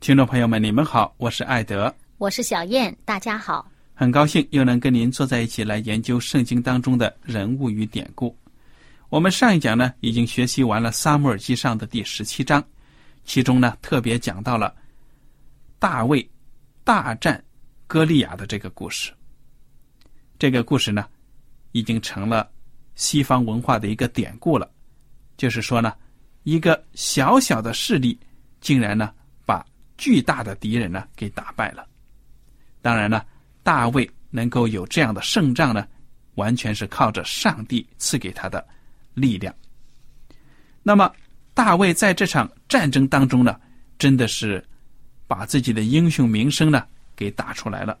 听众朋友们，你们好，我是艾德，我是小燕，大家好。很高兴又能跟您坐在一起来研究圣经当中的人物与典故。我们上一讲呢已经学习完了《撒母耳记上》的第十七章，其中呢特别讲到了大卫大战歌利亚的这个故事。这个故事呢已经成了西方文化的一个典故了，就是说呢，一个小小的势力竟然呢把巨大的敌人呢给打败了。当然呢，大卫能够有这样的胜仗呢，完全是靠着上帝赐给他的力量。那么，大卫在这场战争当中呢，真的是把自己的英雄名声呢给打出来了。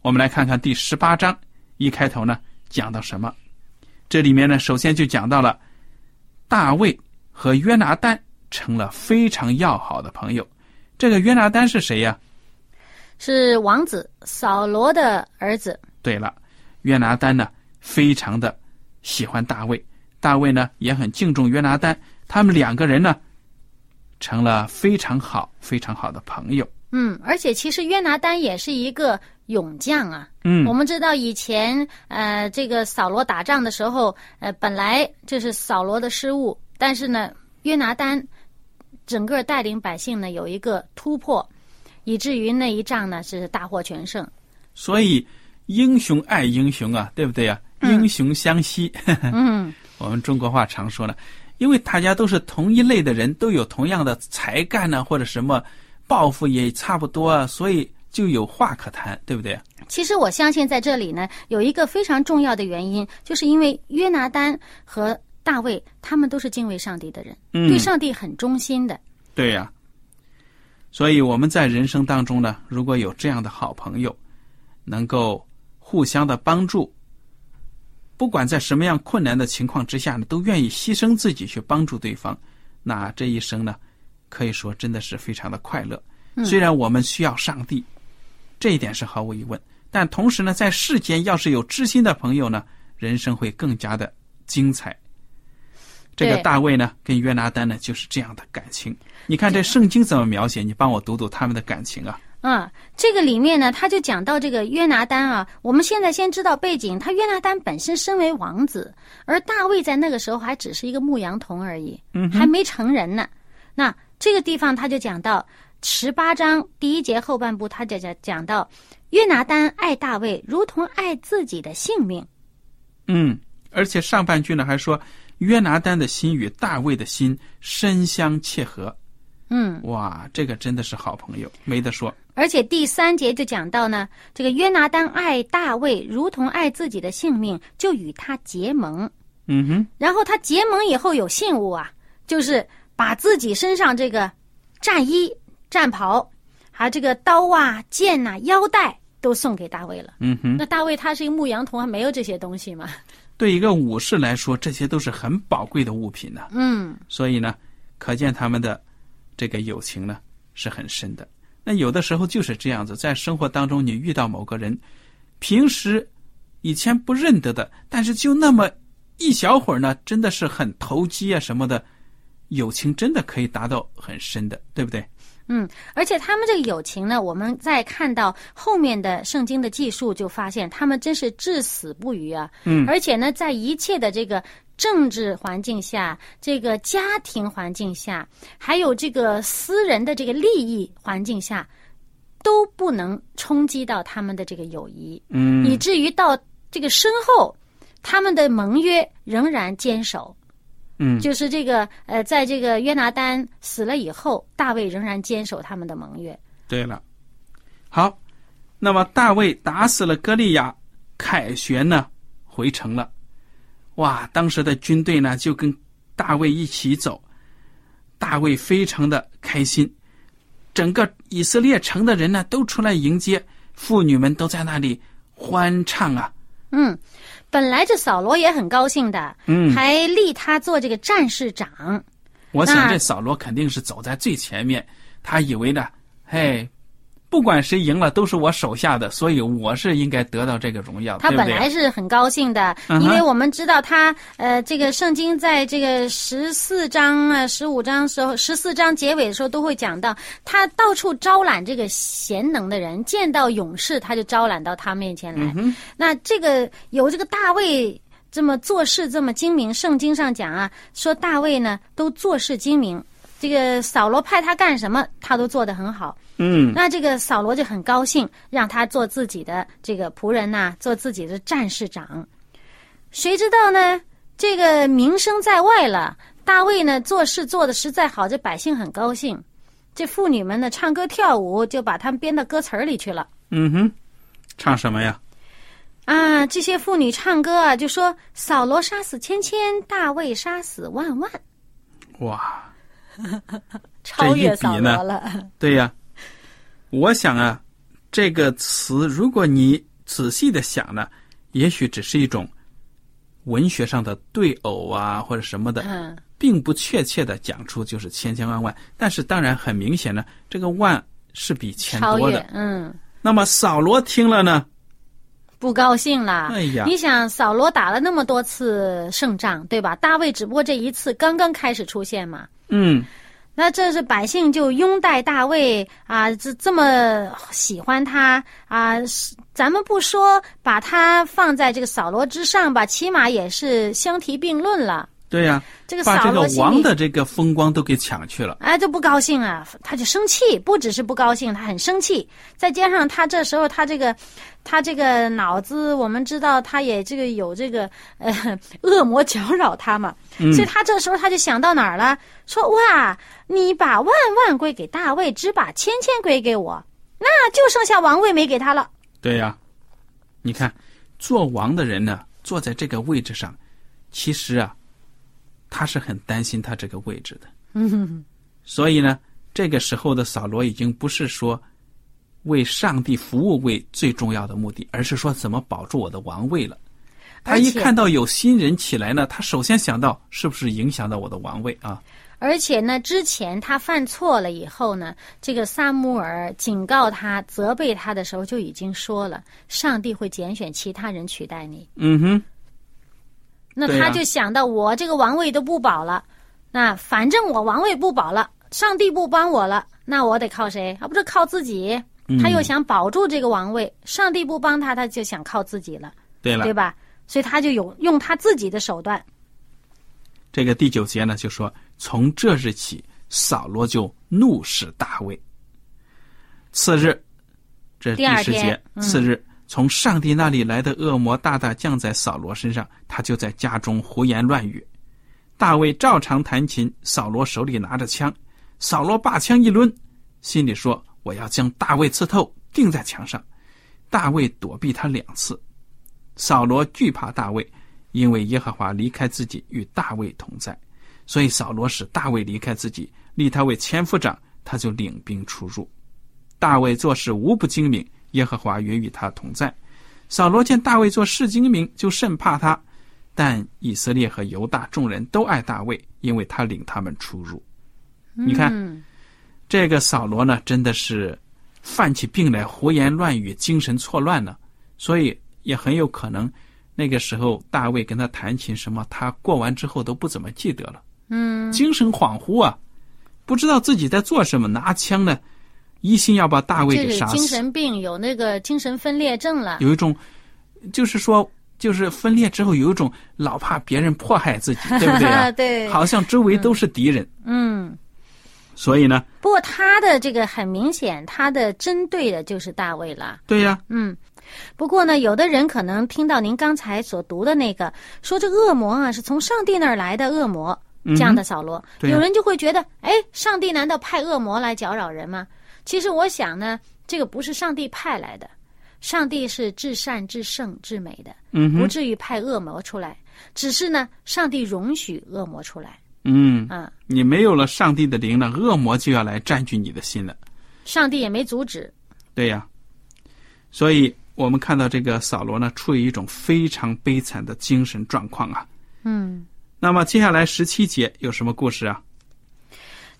我们来看看第十八章一开头呢讲到什么？这里面呢，首先就讲到了大卫和约拿丹成了非常要好的朋友。这个约拿丹是谁呀、是王子扫罗的儿子，对了，约拿丹呢非常的喜欢大卫，大卫呢也很敬重约拿丹，他们两个人呢成了非常好、非常好的朋友。嗯，而且其实约拿丹也是一个勇将啊。嗯我们知道以前呃，这个扫罗打仗的时候，呃，本来这是扫罗的失误，但是呢，约拿丹整个带领百姓呢有一个突破，以至于那一仗呢是大获全胜。所以英雄爱英雄啊，对不对呀、英雄相惜， 嗯，我们中国话常说呢，因为大家都是同一类的人，都有同样的才干呢、或者什么抱负也差不多啊，所以就有话可谈，对不对？其实我相信在这里呢有一个非常重要的原因，就是因为约拿丹和大卫他们都是敬畏上帝的人，嗯对上帝很忠心的。对呀、所以我们在人生当中呢，如果有这样的好朋友，能够互相的帮助，不管在什么样困难的情况之下呢，都愿意牺牲自己去帮助对方，那这一生呢，可以说真的是非常的快乐。虽然我们需要上帝，这一点是毫无疑问，但同时呢，在世间要是有知心的朋友呢，人生会更加的精彩。这个对大卫呢，跟约拿丹呢，就是这样的感情。你看这圣经怎么描写？你帮我读读他们的感情啊。啊，这个里面呢，他就讲到这个约拿丹啊，我们现在先知道背景，他约拿丹本身身为王子，而大卫在那个时候还只是一个牧羊童而已，嗯，还没成人呢。那这个地方他就讲到十八章第一节后半部，他就讲讲到约拿丹爱大卫如同爱自己的性命。嗯，而且上半句呢还说约拿丹的心与大卫的心深相切合。嗯，哇，这个真的是好朋友，没得说。而且第三节就讲到呢，这个约拿丹爱大卫如同爱自己的性命，就与他结盟。嗯哼，然后他结盟以后有信物啊，就是把自己身上这个战衣、战袍，还有这个刀啊、剑呐、腰带都送给大卫了。嗯哼，那大卫他是一个牧羊童，还没有这些东西嘛？对一个武士来说，这些都是很宝贵的物品呢、嗯，所以呢，可见他们的这个友情呢是很深的。那有的时候就是这样子，在生活当中，你遇到某个人，平时以前不认得的，但是就那么一小会儿呢，真的是很投机啊什么的，友情真的可以达到很深的，对不对？而且他们这个友情呢，我们在看到后面的圣经的记述，就发现他们真是至死不渝啊。嗯，而且呢，在一切的这个政治环境下、这个家庭环境下，还有这个私人的这个利益环境下，都不能冲击到他们的这个友谊。嗯，以至于到这个身后，他们的盟约仍然坚守。嗯就是这个呃，在这个约拿丹死了以后，大卫仍然坚守他们的盟约。对了，好，那么大卫打死了歌利亚，凯旋呢回城了。哇，当时的军队呢就跟大卫一起走，大卫非常的开心，整个以色列城的人呢都出来迎接，妇女们都在那里欢唱啊。嗯，本来这扫罗也很高兴的，嗯啊还立他做这个战士长。我想那这扫罗肯定是走在最前面，他以为呢，嘿，不管谁赢了都是我手下的，所以我是应该得到这个荣耀，他对不本对？来是很高兴的，嗯哼因为我们知道他呃，这个圣经在这个十四章啊、十五章时候，十四章结尾的时候都会讲到，他到处招揽这个贤能的人，见到勇士他就招揽到他面前来。嗯那这个有这个大卫。这么做事这么精明，圣经上讲啊，说大卫呢都做事精明，这个扫罗派他干什么，他都做得很好。嗯。那这个扫罗就很高兴，让他做自己的这个仆人呐、做自己的战士长。谁知道呢？这个名声在外了，大卫呢做事做的实在好，这百姓很高兴。这妇女们呢唱歌跳舞，就把他们编到歌词儿里去了。嗯哼，唱什么呀？啊，这些妇女唱歌啊，就说扫罗杀死千千，大卫杀死万万，哇，超越这一比扫呢罗了。对呀、我想啊，这个词如果你仔细的想呢，也许只是一种文学上的对偶啊，或者什么的，嗯，并不确切的讲出就是千千万万。但是当然很明显呢，这个万是比千超多越的。，嗯。那么扫罗听了呢，不高兴了。哎呀你想扫罗打了那么多次胜仗，对吧？大卫只不过这一次刚刚开始出现嘛。嗯，那这是百姓就拥戴大卫啊，这这么喜欢他啊，是咱们不说把他放在这个扫罗之上吧，起码也是相提并论了。对呀、这个把扫这个罗心王里的这个风光都给抢去了。哎，就不高兴啊，他就生气，不只是不高兴，他很生气。再加上他这时候他这个，他这个脑子，我们知道他也这个有这个 呃恶魔搅扰他嘛，所以他这时候他就想到哪儿了，说哇，你把万万归给大卫，只把千千归给我，那就剩下王位没给他了。对呀、你看，做王的人呢，坐在这个位置上，其实啊，他是很担心他这个位置的。 所以呢，这个时候的扫罗已经不是说为上帝服务为最重要的目的，而是说怎么保住我的王位了。他而一且看到有新人起来呢，他首先想到是不是影响到我的王位啊？而且呢，之前他犯错了以后呢，这个萨穆尔警告他、责备他的时候就已经说了，上帝会拣选其他人取代你。嗯哼，那对呀他就想到，我这个王位都不保了，那反正我王位不保了，上帝不帮我了，那我得靠谁？啊，不是靠自己。嗯他又想保住这个王位，上帝不帮他，他就想靠自己了，对了对，吧？所以他就有用他自己的手段。这个第九节呢，就说从这日起，扫罗就怒视大卫。次日，这第二十天嗯节，次日，从上帝那里来的恶魔大大降在扫罗身上，他就在家中胡言乱语。大卫照常弹琴，扫罗手里拿着枪，扫罗把枪一抡，心里说：“我要将大卫刺透，钉在墙上。”大卫躲避他两次，扫罗惧怕大卫，因为耶和华离开自己与大卫同在，所以扫罗使大卫离开自己，立他为千夫长，他就领兵出入。大卫做事无不精明，耶和华原与他同在。扫罗见大卫做事精明，就甚怕他。但以色列和犹大众人都爱大卫，因为他领他们出入。你看，嗯这个扫罗呢，真的是犯起病来，胡言乱语，精神错乱了，所以也很有可能，那个时候大卫跟他弹琴什么，他过完之后都不怎么记得了，嗯精神恍惚啊，不知道自己在做什么，拿枪呢，一心要把大卫这给是杀精死，神病，有那个精神分裂症了。有一种，就是说。就是分裂之后有一种老怕别人迫害自己， 对不对啊？对好像周围都是敌人，嗯，所以呢，不过他的这个很明显，他的针对的就是大卫了。对呀、嗯，不过呢，有的人可能听到您刚才所读的那个，说这恶魔啊是从上帝那儿来的恶魔，这样的扫罗，嗯对呀有人就会觉得，哎，上帝难道派恶魔来搅扰人吗？其实我想呢，这个不是上帝派来的，上帝是至善、至圣、至美的，嗯不至于派恶魔出来。只是呢，上帝容许恶魔出来嗯，啊、你没有了上帝的灵呢，恶魔就要来占据你的心了。上帝也没阻止。对呀、所以我们看到这个扫罗呢，处于一种非常悲惨的精神状况啊。嗯，那么接下来十七节有什么故事啊？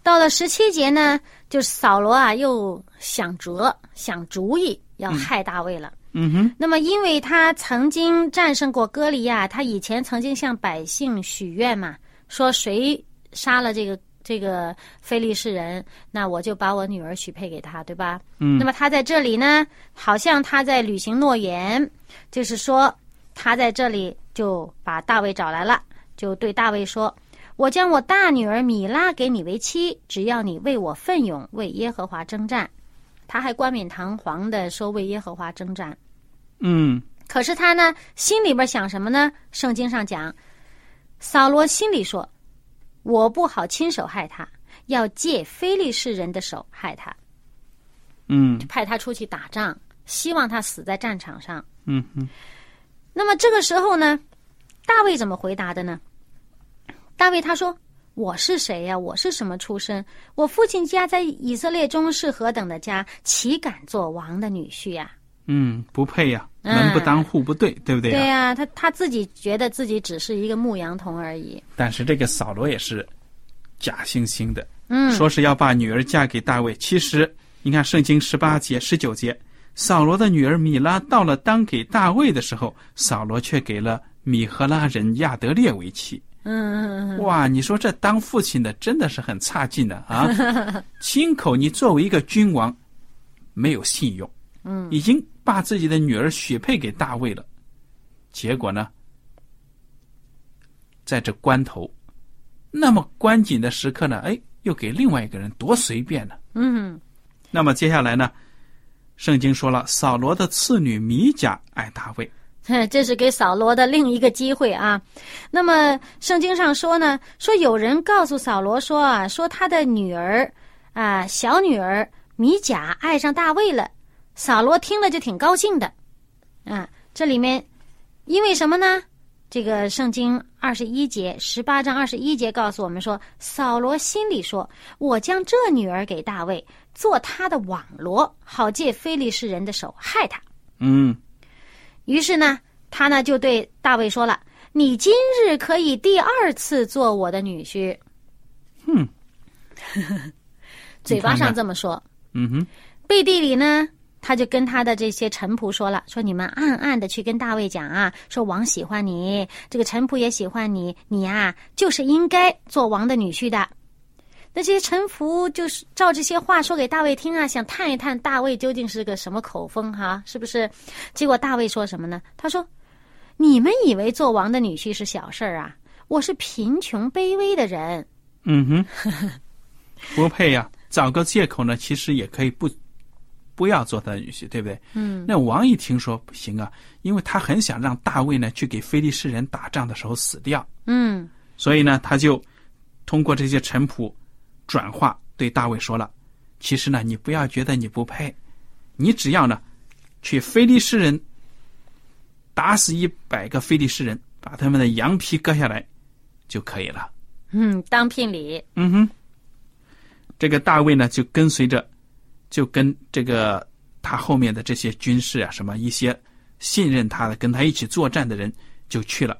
到了十七节呢，就是扫罗啊又想辙、想主意要害大卫了。嗯哼，那么，因为他曾经战胜过歌利亚，他以前曾经向百姓许愿嘛，说谁杀了这个这个非利士人，那我就把我女儿许配给他，对吧？嗯那么他在这里呢，好像他在履行诺言，就是说他在这里就把大卫找来了，就对大卫说：“我将我大女儿米拉给你为妻，只要你为我奋勇，为耶和华征战。”他还冠冕堂皇的说为耶和华征战。嗯可是他呢，心里边想什么呢？圣经上讲，扫罗心里说：“我不好亲手害他，要借非利士人的手害他，嗯派他出去打仗，希望他死在战场上。嗯嗯”那么这个时候呢，大卫怎么回答的呢？大卫他说：“我是谁呀、我是什么出身？我父亲家在以色列中是何等的家，岂敢做王的女婿呀、嗯，不配呀、嗯门不当户不对，对不对呀、对呀、他他自己觉得自己只是一个牧羊童而已。但是这个扫罗也是假惺惺的，嗯，说是要把女儿嫁给大卫。其实你看圣经十八节、十九节，扫罗的女儿米拉到了当给大卫的时候，扫罗却给了米和拉人亚德烈为妻。嗯，哇，你说这当父亲的真的是很差劲的 啊！亲口你作为一个君王，没有信用，嗯，已经把自己的女儿许配给大卫了，结果呢，在这关头，那么关紧的时刻呢，哎，又给另外一个人，多随便呢、嗯，那么接下来呢，圣经说了，扫罗的次女米甲爱大卫，哼 这是给扫罗的另一个机会啊。那么圣经上说呢，说有人告诉扫罗说啊，说他的女儿啊，小女儿米甲爱上大卫了。扫罗听了就挺高兴的，啊，这里面因为什么呢？这个圣经二十一节十八章二十一节告诉我们说，扫罗心里说：“我将这女儿给大卫，做他的网罗，好借非利士人的手害他。”嗯于是呢，他呢就对大卫说了：“你今日可以第二次做我的女婿。”哼， 嘴巴你看上看这么说，嗯哼，背地里呢，他就跟他的这些臣仆说了：“说你们暗暗的去跟大卫讲啊，说王喜欢你，这个臣仆也喜欢你，你呀、就是应该做王的女婿的。”那些臣仆就是照这些话说给大卫听啊，想探一探大卫究竟是个什么口风哈、是不是？结果大卫说什么呢？他说：“你们以为做王的女婿是小事儿啊？我是贫穷卑微的人。嗯哼，不配呀、找个借口呢，其实也可以不不要做他的女婿，对不对？嗯。那王一听说不行啊，因为他很想让大卫呢去给非利士人打仗的时候死掉，”嗯所以呢，他就通过这些臣仆转化，对大卫说了：“其实呢，你不要觉得你不配，你只要呢去非利士人打死一百个非利士人，把他们的羊皮割下来就可以了。”嗯，当聘礼。嗯哼，这个大卫呢，就跟随着，就跟这个他后面的这些军士啊，什么一些信任他的、跟他一起作战的人就去了，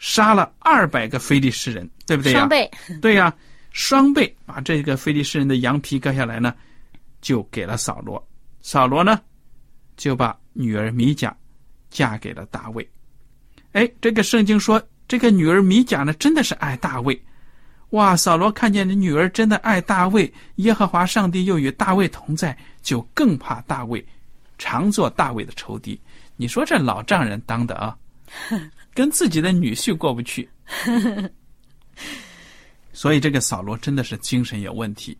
杀了二百个非利士人，对不对呀、双倍，对呀、双倍把这个非利士人的羊皮割下来呢，就给了扫罗。扫罗呢，就把女儿米甲嫁给了大卫。哎，这个圣经说，这个女儿米甲呢，真的是爱大卫。哇，扫罗看见你女儿真的爱大卫，耶和华上帝又与大卫同在，就更怕大卫，常做大卫的仇敌。你说这老丈人当的啊，跟自己的女婿过不去。所以这个扫罗真的是精神有问题。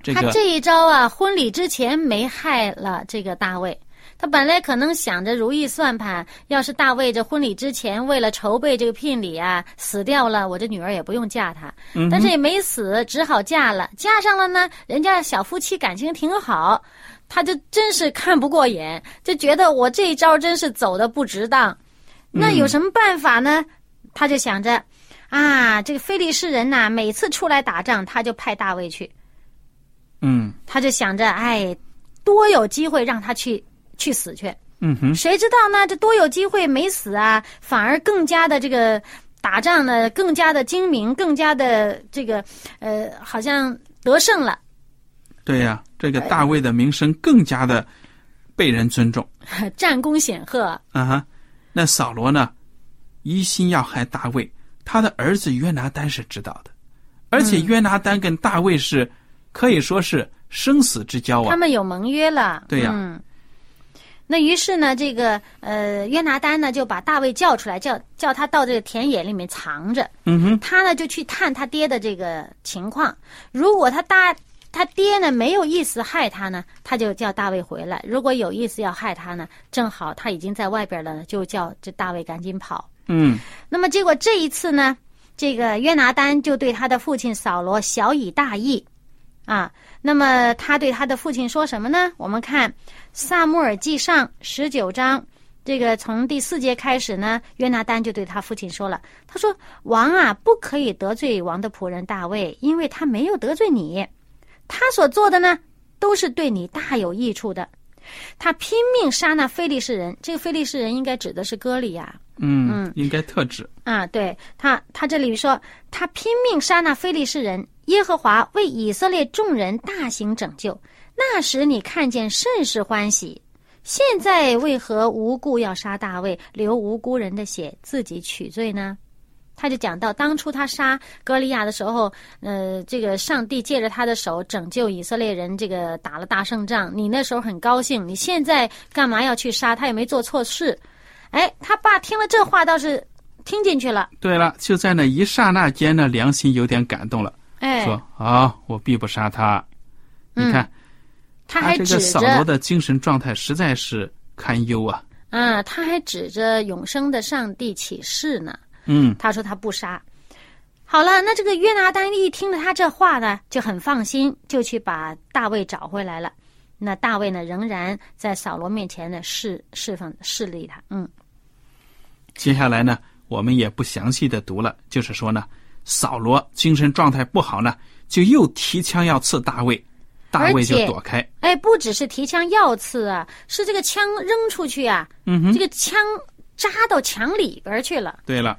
这他个这一招啊，婚礼之前没害了这个大卫。他本来可能想着如意算盘，要是大卫这婚礼之前为了筹备这个聘礼啊死掉了，我这女儿也不用嫁他。嗯但是也没死，只好嫁了。嫁上了呢，人家小夫妻感情挺好，他就真是看不过眼，就觉得我这一招真是走的不值当。嗯那有什么办法呢？他就想着，啊，这个非利士人呐、每次出来打仗，他就派大卫去。嗯他就想着，哎，多有机会让他去去死去。嗯哼谁知道呢？这多有机会没死啊，反而更加的这个打仗呢，更加的精明，更加的这个呃，好像得胜了。对呀、这个大卫的名声更加的被人尊重战功显赫，啊哈。那扫罗呢，一心要害大卫，他的儿子约拿丹是知道的，而且约拿丹跟大卫是、可以说是生死之交他啊。们有盟约了。对呀嗯。那于是呢，这个呃约拿丹呢就把大卫叫出来，叫叫他到这个田野里面藏着。嗯哼，他呢就去探他爹的这个情况。如果他大他爹呢没有意思害他呢，他就叫大卫回来；如果有意思要害他呢，正好他已经在外边了，就叫这大卫赶紧跑。嗯那么结果这一次呢，这个约拿丹就对他的父亲扫罗小以大义，啊，那么他对他的父亲说什么呢？我们看《萨穆尔记上》十九章，这个从第四节开始呢，约拿丹就对他父亲说了，他说：“王啊，不可以得罪王的仆人大卫，因为他没有得罪你，他所做的呢，都是对你大有益处的。”他拼命杀那非利士人，这个非利士人应该指的是歌利亚。嗯应该特指啊，对他，他这里说他拼命杀那非利士人，耶和华为以色列众人大行拯救。那时你看见甚是欢喜。现在为何无故要杀大卫，流无辜人的血，自己取罪呢？他就讲到，当初他杀歌利亚的时候，呃，这个上帝借着他的手拯救以色列人，这个打了大胜仗。你那时候很高兴，你现在干嘛要去杀？他也没做错事。哎，他爸听了这话倒是听进去了，对了，就在那一刹那间呢，良心有点感动了，哎，说啊、我必不杀他。你看，嗯他还啊这个指扫罗着，的精神状态实在是堪忧啊。啊，他还指着永生的上帝起誓呢。嗯他说他不杀。好了，那这个约拿丹一听了他这话呢，就很放心，就去把大卫找回来了。那大卫呢，仍然在扫罗面前呢侍侍奉侍立他。嗯，接下来呢，我们也不详细的读了，就是说呢，扫罗精神状态不好呢，就又提枪要刺大卫，大卫就而且躲开。哎，不只是提枪要刺啊，是这个枪扔出去啊，嗯、这个枪扎到墙里边去了。对了，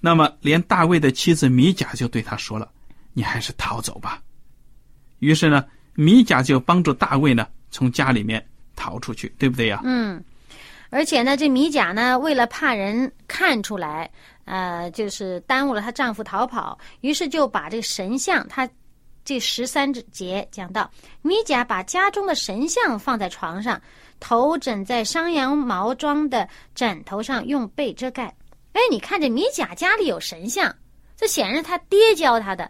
那么连大卫的妻子米甲就对他说了：“你还是逃走吧。”于是呢，米甲就帮助大卫呢从家里面逃出去，对不对呀？嗯，而且呢，这米甲呢，为了怕人看出来，呃，就是耽误了她丈夫逃跑，于是就把这个神像，她这十三节讲到，米甲把家中的神像放在床上，头枕在商羊毛装的枕头上，用被遮盖。哎，你看这米甲家里有神像，这显然他爹教他的，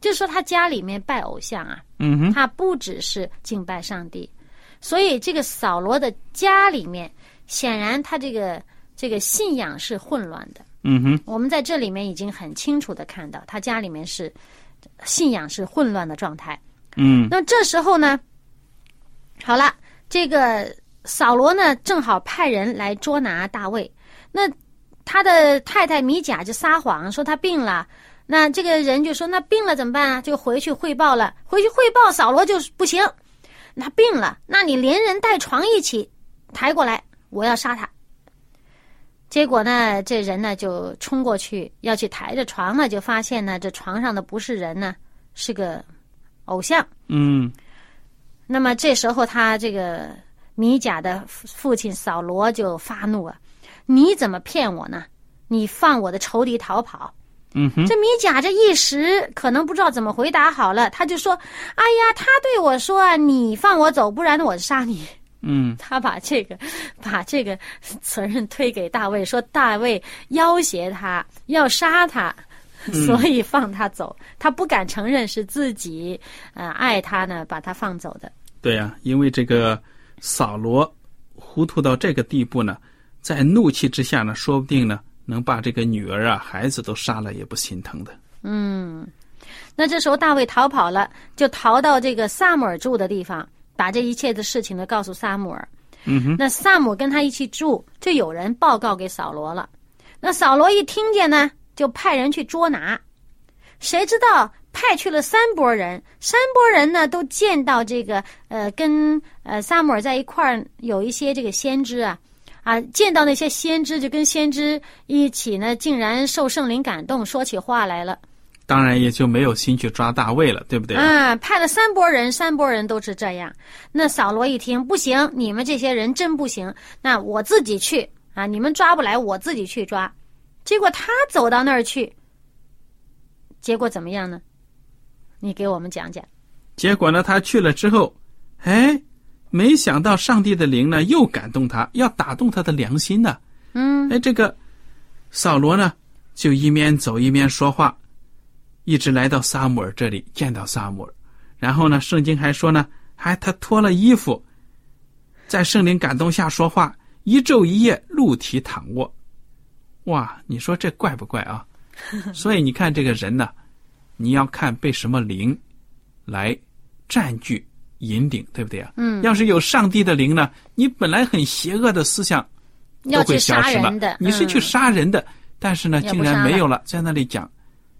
就说他家里面拜偶像啊。嗯哼，他不只是敬拜上帝，所以这个扫罗的家里面，显然他这个这个信仰是混乱的。嗯哼，我们在这里面已经很清楚的看到，他家里面是信仰是混乱的状态。嗯那这时候呢，好了，这个扫罗呢正好派人来捉拿大卫，那他的太太米甲就撒谎说他病了。那这个人就说：“那病了怎么办啊？”就回去汇报了。回去汇报，扫罗就不行。那病了，那你连人带床一起抬过来，我要杀他。”结果呢，这人呢就冲过去要去抬着床呢，就发现呢这床上的不是人呢，是个偶像。嗯那么这时候，他这个米甲的父父亲扫罗就发怒啊：“你怎么骗我呢？你放我的仇敌逃跑！”嗯哼，这米甲这一时可能不知道怎么回答好了，他就说：“哎呀，他对我说啊，你放我走，不然我杀你。”嗯 他把这个把这个责任推给大卫，说大卫要挟他要杀他，嗯所以放他走。他不敢承认是自己呃爱他呢，把他放走的。对呀、因为这个扫罗糊涂到这个地步呢，在怒气之下呢，说不定呢能把这个女儿啊、孩子都杀了也不心疼的。那这时候大卫逃跑了，就逃到这个萨姆尔住的地方，把这一切的事情呢告诉萨姆尔。嗯哼，那萨姆跟他一起住，就有人报告给扫罗了。那扫罗一听见呢，就派人去捉拿。谁知道派去了三拨人，三拨人呢都见到这个呃跟呃萨姆尔在一块儿有一些这个先知啊啊，见到那些先知就跟先知一起呢，竟然受圣灵感动，说起话来了。当然也就没有心去抓大卫了，对不对？啊，派了三拨人，三拨人都是这样。那扫罗一听，不行，你们这些人真不行，那我自己去啊！你们抓不来，我自己去抓。结果他走到那儿去，结果怎么样呢？你给我们讲讲。结果呢，他去了之后，哎，没想到上帝的灵呢又感动他，要打动他的良心呢、嗯，哎，这个扫罗呢，就一面走一面说话，一直来到撒母耳这里，见到撒母耳。然后呢，圣经还说呢，还他脱了衣服，在圣灵感动下说话，一昼一夜露体躺卧。哇，你说这怪不怪啊？所以你看这个人呢，你要看被什么灵来占据引领，对不对啊？嗯。要是有上帝的灵呢，你本来很邪恶的思想要都去会消杀失了人的，你是去嗯杀人的，但是呢，也不竟然杀了没有了，在那里讲，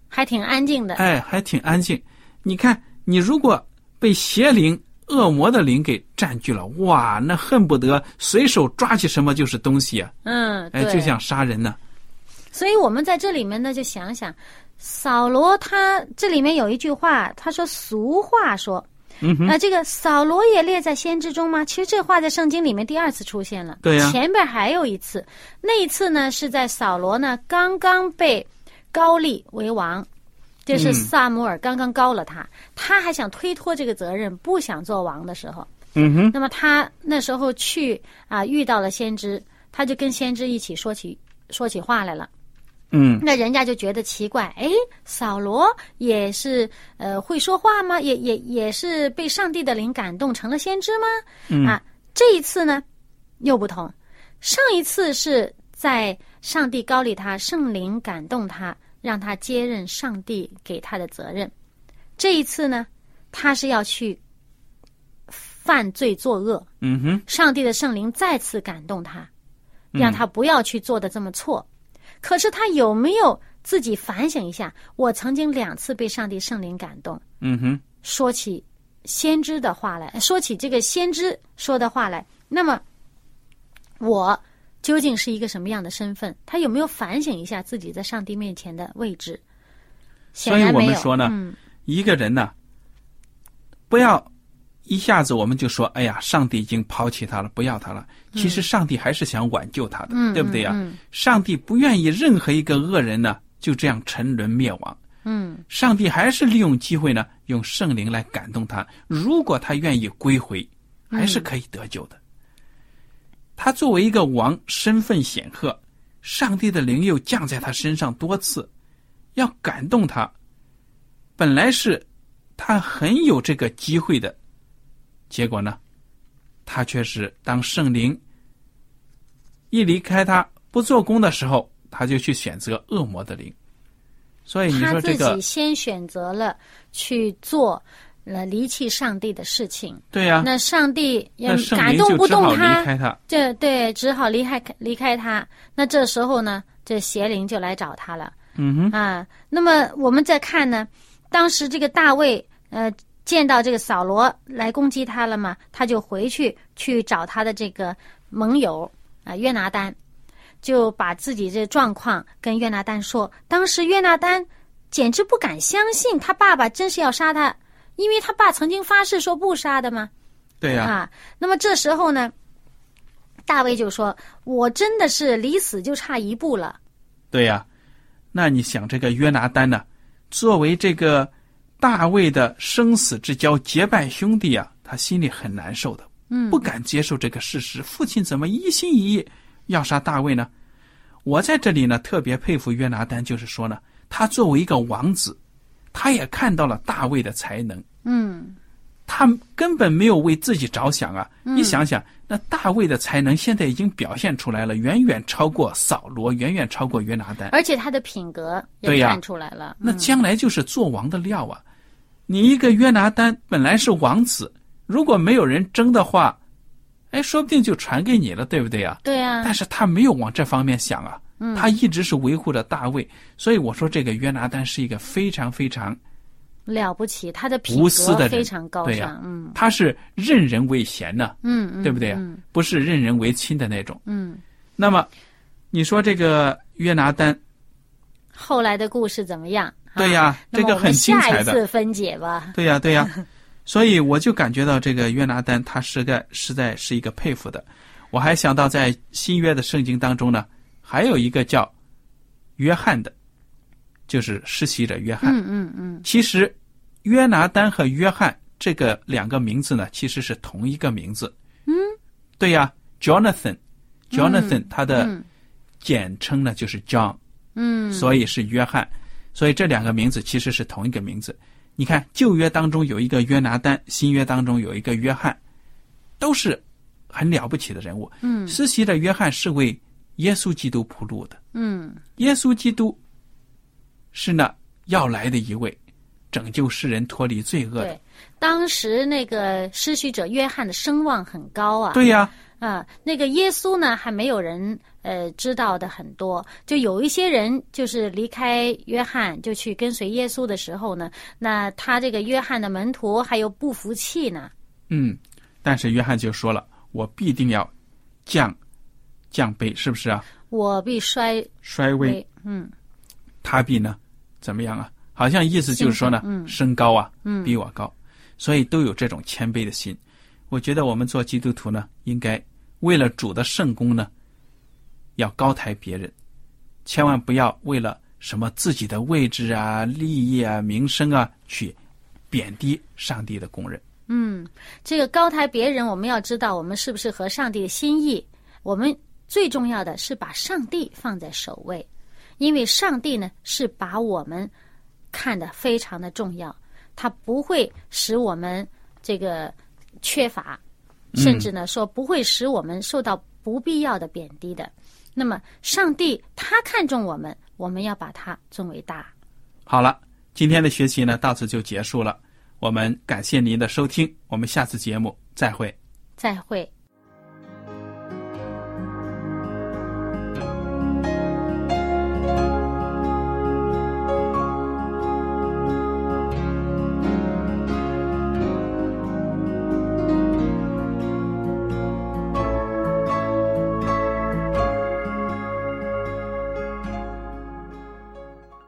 还挺安静的。哎，还挺安静。你看，你如果被邪灵、恶魔的灵给占据了，哇，那恨不得随手抓起什么就是东西啊，嗯，哎，对就想杀人呢、所以我们在这里面呢，就想想扫罗他这里面有一句话，他说俗话说，嗯哼那、这个扫罗也列在先知中吗？其实这话在圣经里面第二次出现了，对呀前边还有一次，那一次呢是在扫罗呢刚刚被高利为王。这是嗯萨姆尔刚刚高了他，他还想推脱这个责任，不想做王的时候，嗯哼，那么他那时候去啊，遇到了先知，他就跟先知一起说起说起话来了。嗯，那人家就觉得奇怪，哎，扫罗也是呃会说话吗？也也也是被上帝的灵感动成了先知吗？嗯啊，这一次呢又不同，上一次是在上帝高利他，圣灵感动他，让他接任上帝给他的责任。这一次呢，他是要去犯罪作恶，嗯哼，上帝的圣灵再次感动他，嗯让他不要去做的这么错。可是他有没有自己反省一下？我曾经两次被上帝圣灵感动，嗯哼，说起先知的话来，说起这个先知说的话来，那么我究竟是一个什么样的身份？他有没有反省一下自己在上帝面前的位置？显所以然我没有。们说呢，嗯一个人呢，不要一下子我们就说，哎呀，上帝已经抛弃他了，不要他了。其实上帝还是想挽救他的，嗯，对不啊对呀、嗯上帝不愿意任何一个恶人呢就这样沉沦灭亡。嗯上帝还是利用机会呢，用圣灵来感动他。如果他愿意归回，还是可以得救的。他作为一个王，身份显赫，上帝的灵又降在他身上多次，要感动他。本来是他很有这个机会的，结果呢，他却是当圣灵一离开他不做工的时候，他就去选择恶魔的灵。所哎以你他说自这个己先选择了去做了离弃上帝的事情。对呀、那上帝也啊那圣感灵动就不只动好离他，开他。这对只好离开离开他。那这时候呢，这邪灵就来找他了嗯哼，啊。那么我们再看呢，当时这个大卫呃见到这个扫罗来攻击他了嘛，他就回去去找他的这个盟友啊、约拿丹，就把自己这状况跟约拿丹说。当时约拿丹简直不敢相信他爸爸真是要杀他，因为他爸曾经发誓说不杀的嘛。对呀、啊，那么这时候呢，大卫就说：“我真的是离死就差一步了。对呀、那你想这个约拿丹呢、作为这个大卫的生死之交、结拜兄弟啊，他心里很难受的，嗯，不敢接受这个事实。父亲怎么一心一意要杀大卫呢？我在这里呢，特别佩服约拿丹，就是说呢，他作为一个王子，他也看到了大卫的才能，”嗯，他根本没有为自己着想啊！你想想，那大卫的才能现在已经表现出来了，远远超过扫罗，远远超过约拿丹。而且他的品格对也呀看出来了。那将来就是做王的料啊！你一个约拿丹本来是王子，如果没有人争的话，哎，说不定就传给你了，对不对啊？对啊，但是他没有往这方面想啊，嗯他一直是维护着大卫，所以我说这个约拿丹是一个非常非常，了不起，他的品无私的格人非常高对呀尚。嗯他是任人唯贤呢、嗯嗯，对不对啊？嗯不是任人唯亲的那种。嗯，那么，你说这个约拿丹，后来的故事怎么样？对呀啊那这么个我们很精下彩一的次分解 吧。对呀、对呀、所以我就感觉到这个约拿丹他是个实在是一个佩服的。我还想到在新约的圣经当中呢，还有一个叫约翰的，就是施洗者约翰。嗯嗯嗯，其实约拿丹和约翰这个两个名字呢，其实是同一个名字。嗯，对呀、j o n a t h a n j o n a t h a n 他的嗯简称呢就是 John。嗯所以是约翰，所以这两个名字其实是同一个名字。你看旧约当中有一个约拿丹，新约当中有一个约翰，都是很了不起的人物。嗯实习的约翰是为耶稣基督铺路的，嗯耶稣基督是那要来的一位，拯救世人脱离罪恶的对。。当时那个失去者约翰的声望很高啊，对呀、啊，那个耶稣呢，还没有人呃知道的很多，就有一些人就是离开约翰，就去跟随耶稣的时候呢，那他这个约翰的门徒还有不服气呢，嗯，但是约翰就说了，我必定要降降杯，是不是啊？我必衰衰微微，嗯，他比呢怎么样啊？好像意思就是说呢，身高啊，比我高，所以都有这种谦卑的心。我觉得我们做基督徒呢，应该为了主的圣功呢，要高抬别人，千万不要为了什么自己的位置啊、利益啊、名声啊，去贬低上帝的工人。这个高抬别人，我们要知道我们是不是合上帝的心意。我们最重要的是把上帝放在首位，因为上帝呢是把我们看得非常的重要，他不会使我们这个缺乏，甚至呢说不会使我们受到不必要的贬低的。那么，上帝他看重我们，我们要把他尊为大。好了，今天的学习呢到此就结束了，我们感谢您的收听，我们下次节目再会。再会。